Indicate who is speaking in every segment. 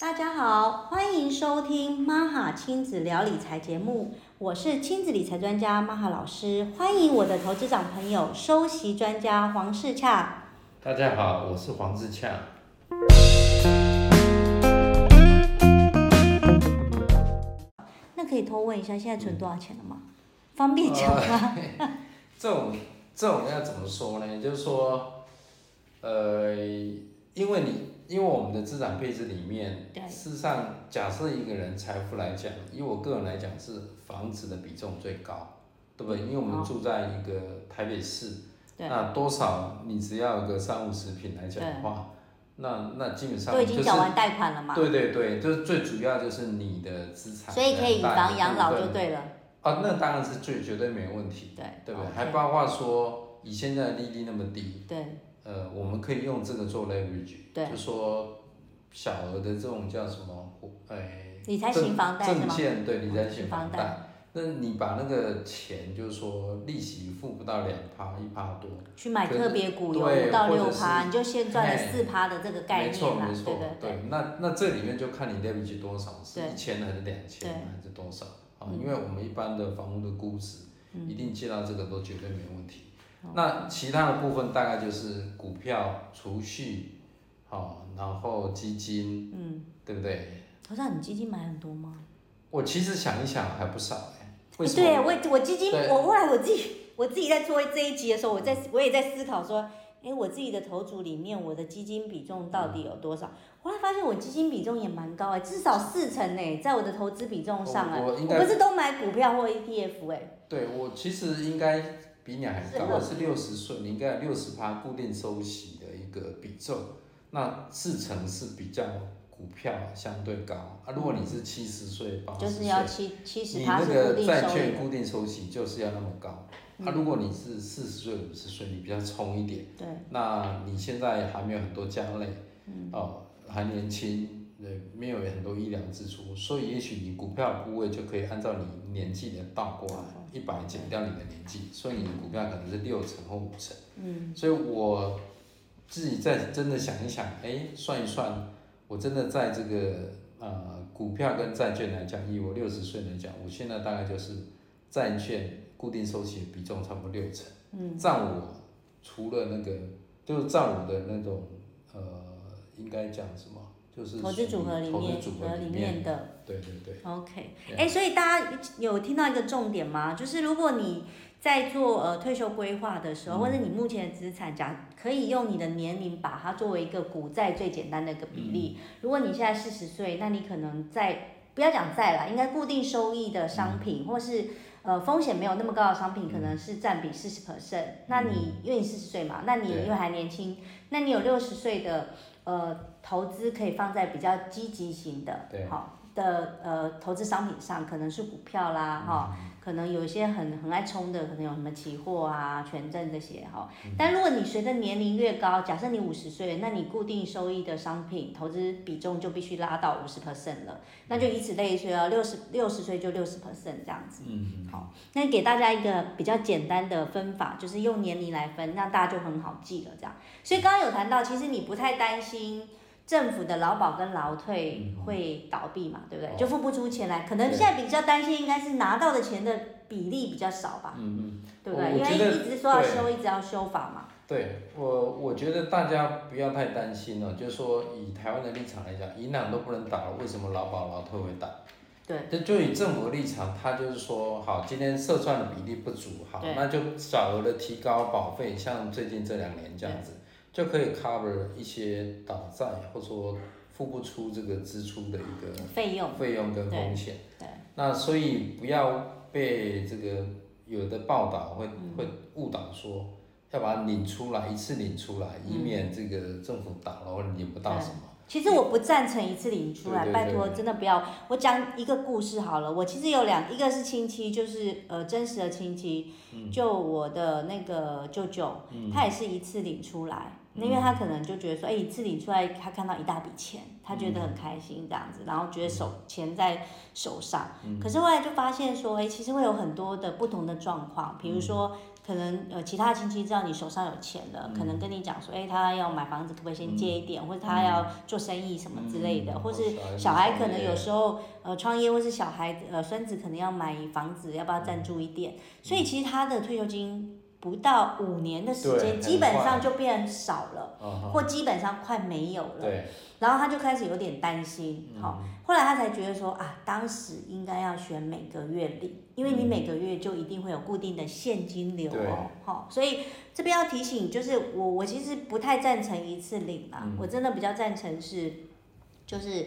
Speaker 1: 大家好，欢迎收听玛哈亲子聊理财节目，我是亲子理财专家玛哈老师，欢迎我的投资长朋友收息专家黄世洽。
Speaker 2: 大家好，我是黄志洽。
Speaker 1: 那可以偷问一下，现在存多少钱了吗？方便讲
Speaker 2: 呃
Speaker 1: 吗？
Speaker 2: 这种这种要怎么说呢？就是说，呃，因为你因为我们的资产配置里面，
Speaker 1: 对
Speaker 2: 事实上，假设一个人财富来讲，以我个人来讲是房子的比重最高，对不对？因为我们
Speaker 1: 哦
Speaker 2: 住在一个台北市，
Speaker 1: 对
Speaker 2: 那多少你只要有个三五十平来讲的话，那那基本上
Speaker 1: 都已
Speaker 2: 就
Speaker 1: 经
Speaker 2: 是
Speaker 1: 缴完贷款了嘛，
Speaker 2: 对对对，就是最主要就是你的资产，
Speaker 1: 所以可以以房养老就对了。
Speaker 2: 啊，那当然是最绝对没问题，
Speaker 1: 对哦
Speaker 2: 对不对？
Speaker 1: OK
Speaker 2: 还包括说，以现在的利率那么低，
Speaker 1: 对
Speaker 2: 呃，我们可以用这个做 leverage，
Speaker 1: 对
Speaker 2: 就说小额的这种叫什么，哎，
Speaker 1: 理财型房贷是
Speaker 2: 证
Speaker 1: 吗？
Speaker 2: 券对理财
Speaker 1: 是
Speaker 2: 型
Speaker 1: 房
Speaker 2: 房贷，那你把那个钱就是说利息付不到两趴一趴多，
Speaker 1: 去买特别股有
Speaker 2: 对
Speaker 1: 五到
Speaker 2: 或者
Speaker 1: 六趴，
Speaker 2: 是
Speaker 1: 你就先赚了
Speaker 2: 嘿
Speaker 1: 四趴的这个概
Speaker 2: 没错
Speaker 1: 念啦
Speaker 2: 没，
Speaker 1: 对
Speaker 2: 错
Speaker 1: 对，对，
Speaker 2: 那那这里面就看你 leverage 多少，是
Speaker 1: 对
Speaker 2: 一千还是两
Speaker 1: 对嗯
Speaker 2: 千还是多少啊？因为我们一般的房屋的估值，一定借到这个都绝对没问题。
Speaker 1: 哦
Speaker 2: 那其他的部分大概就是股票、储蓄，好，然后基金，嗯，对不对？
Speaker 1: 头上你基金买很多吗？
Speaker 2: 我其实想一想还不少哎，为什
Speaker 1: 对
Speaker 2: 么？
Speaker 1: 我我基金，
Speaker 2: 对
Speaker 1: 我后来我自己我自己在做这一集的时候，我在我也在思考说，哎，我自己的投组里面我的基金比重到底有多少？后来发现我基金比重也蛮高哎、至少四成哎、在我的投资比重上哎、
Speaker 2: 哦我我应该
Speaker 1: 不是都买股票或 ETF 哎、
Speaker 2: 对我其实应该比你还
Speaker 1: 是
Speaker 2: 高，
Speaker 1: 吗
Speaker 2: 我是六十岁，你应该六十趴固定收息的一个比重，那四成是比较股票相对高啊。如果你是七十岁、八
Speaker 1: 就
Speaker 2: 十
Speaker 1: 是
Speaker 2: 岁，
Speaker 1: 要七七十
Speaker 2: 哦你
Speaker 1: 趴
Speaker 2: 那
Speaker 1: 是固
Speaker 2: 个
Speaker 1: 定收
Speaker 2: 债
Speaker 1: 益
Speaker 2: 券
Speaker 1: 的，嗯
Speaker 2: 固定收息就是要那么高。那、如果你是四十岁、五十岁，你比较冲一点，
Speaker 1: 对，
Speaker 2: 那你现在还没有很多家累，哦，还年轻，呃，没有很多医疗支出，所以也许你股票部位就可以按照你年纪的倒过来，一百减掉你的年纪，所以你的股票可能是六成或五成。嗯，所以我自己再真的想一想，哎，算一算，我真的在这个呃股票跟债券来讲，以我六十岁来讲，我现在大概就是债券固定收息的比重差不多六成，嗯，占我除了那个就是占我的那种呃，应该讲什么，就是
Speaker 1: 投资组合里
Speaker 2: 属于
Speaker 1: 面
Speaker 2: 投资组合
Speaker 1: 和
Speaker 2: 里
Speaker 1: 里
Speaker 2: 面，
Speaker 1: 面的。
Speaker 2: 对对对，
Speaker 1: OK，
Speaker 2: 对啊
Speaker 1: 哎、所以大家有听到一个重点吗？就是如果你在做呃退休规划的时候，或者
Speaker 2: 嗯
Speaker 1: 你目前的资产，假可以用你的年龄把它作为一个股债最简单的一个比例。
Speaker 2: 嗯
Speaker 1: 如果你现在四十岁，那你可能在不要讲债啦，应该固定收益的
Speaker 2: 嗯
Speaker 1: 商品，或是呃风险没有那么高的商品，可能是占比四十 percent。那你因为你四十岁嘛，那你
Speaker 2: 嗯对
Speaker 1: 因为还年轻，那你有六十岁的呃投资可以放在比较积极型的，
Speaker 2: 对
Speaker 1: 好的呃投资商品上，可能是股票啦，哈、可能有一些很很爱冲的，可能有什么期货啊、权证这些哈、但如果你随着年龄越高，假设你五十岁，那你固定收益的商品投资比重就必须拉到五十 percent 了，那就以此类推啊，六十六十岁就六十 percent 这样子。
Speaker 2: 嗯，
Speaker 1: 好，那给大家一个比较简单的分法，就是用年龄来分，那大家就很好记了。这样，所以刚刚有谈到，其实你不太担心政府的劳保跟劳退会倒闭嘛，对不对？
Speaker 2: 哦
Speaker 1: 就付不出钱来，可能现在比较担心应该是拿到的钱的比例比较少吧，
Speaker 2: 嗯
Speaker 1: 对不对？
Speaker 2: 我
Speaker 1: 因
Speaker 2: 我觉
Speaker 1: 为
Speaker 2: 得
Speaker 1: 一直说要
Speaker 2: 对
Speaker 1: 修，一直要修法嘛。
Speaker 2: 嗯，对我我觉得大家不要太担心了，就是说以台湾的立场来讲，银行都不能打了，为什么劳保劳退会打？
Speaker 1: 对，
Speaker 2: 这就以政府的立场，他就是说，好，今天社算的比例不足，好
Speaker 1: 对，
Speaker 2: 那就小额的提高保费，像最近这两年这样子，就可以 cover 一些倒债或者说付不出这个支出的一个
Speaker 1: 费用，
Speaker 2: 费用跟风险。
Speaker 1: 对，
Speaker 2: 那所以不要被这个有的报道会、
Speaker 1: 嗯
Speaker 2: 会误导说，要把它领出来，一次领出来，以免这个政府倒了领不到什么。
Speaker 1: 其实我不赞成一次领出来，
Speaker 2: 对对对
Speaker 1: 拜托，真的不要。我讲一个故事好了，我其实有两，一个是亲戚，就是呃真实的亲戚，
Speaker 2: 嗯
Speaker 1: 就我的那个舅舅，他也是一次领出来，
Speaker 2: 嗯
Speaker 1: 那因为他可能就觉得说，哎，一次领出来，他看到一大笔钱，他觉得很开心这样子，然后觉得手
Speaker 2: 嗯
Speaker 1: 钱在
Speaker 2: 嗯
Speaker 1: 手上，可是后来就发现说，哎，其实会有很多的不同的状况，比如说可能呃其他亲戚知道你手上有钱了，可能跟你讲说，哎、他要买房子，可不可以先借一点，或者他要做生意什么之类的，
Speaker 2: 嗯
Speaker 1: 或是
Speaker 2: 孩
Speaker 1: 小孩可能
Speaker 2: 子
Speaker 1: 有时候呃创业，或是小孩呃孙子可能要买房子，要不要赞助一
Speaker 2: 嗯
Speaker 1: 点？所以其实他的退休金不到五年的时
Speaker 2: 对
Speaker 1: 间，
Speaker 2: 很
Speaker 1: 基本
Speaker 2: 快
Speaker 1: 上就变少了，
Speaker 2: 创业，啊哈
Speaker 1: 或基本上快没有了。
Speaker 2: 对，
Speaker 1: 然后他就开始有点担心，
Speaker 2: 嗯
Speaker 1: 好、后来他才觉得说啊，当时应该要选每个月领，因为你
Speaker 2: 嗯
Speaker 1: 每个月就一定会有固定的现金流哦，好、所以这边要提醒，就是我我其实不太赞成一次领啦，
Speaker 2: 嗯
Speaker 1: 我真的比较赞成是，就是。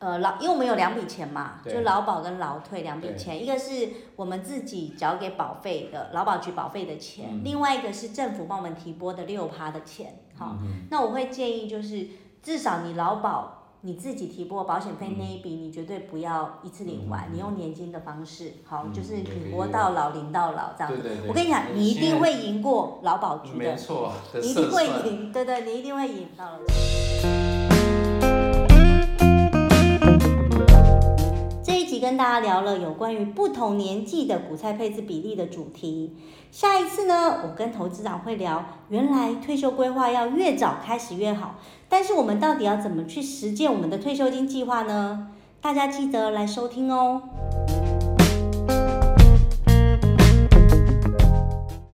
Speaker 1: 呃，劳，因为我们有两笔钱嘛，
Speaker 2: 对
Speaker 1: 就劳保跟劳退两笔
Speaker 2: 对
Speaker 1: 钱，一个是我们自己缴给保费的劳保局保费的钱，
Speaker 2: 嗯
Speaker 1: 另外一个是政府帮我们提拨的六趴的钱，好、
Speaker 2: 嗯
Speaker 1: 那我会建议就是，至少你劳保你自己提拨保险费那一笔，你绝对不要一次领完，
Speaker 2: 嗯
Speaker 1: 你用年金的方式，好，
Speaker 2: 嗯
Speaker 1: 就是
Speaker 2: 对对
Speaker 1: 你
Speaker 2: 对
Speaker 1: 活到老领到老这样。
Speaker 2: 对对对，
Speaker 1: 我跟你讲，你一定会赢过劳保
Speaker 2: 现在
Speaker 1: 局
Speaker 2: 没
Speaker 1: 的，
Speaker 2: 错，的
Speaker 1: 你一定
Speaker 2: 胜算
Speaker 1: 会赢，对对，你一定会赢到了。这一集跟大家聊了有关于不同年纪的股债配置比例的主题。下一次呢，我跟投资长会聊，原来退休规划要越早开始越好，但是我们到底要怎么去实践我们的退休金计划呢？大家记得来收听哦。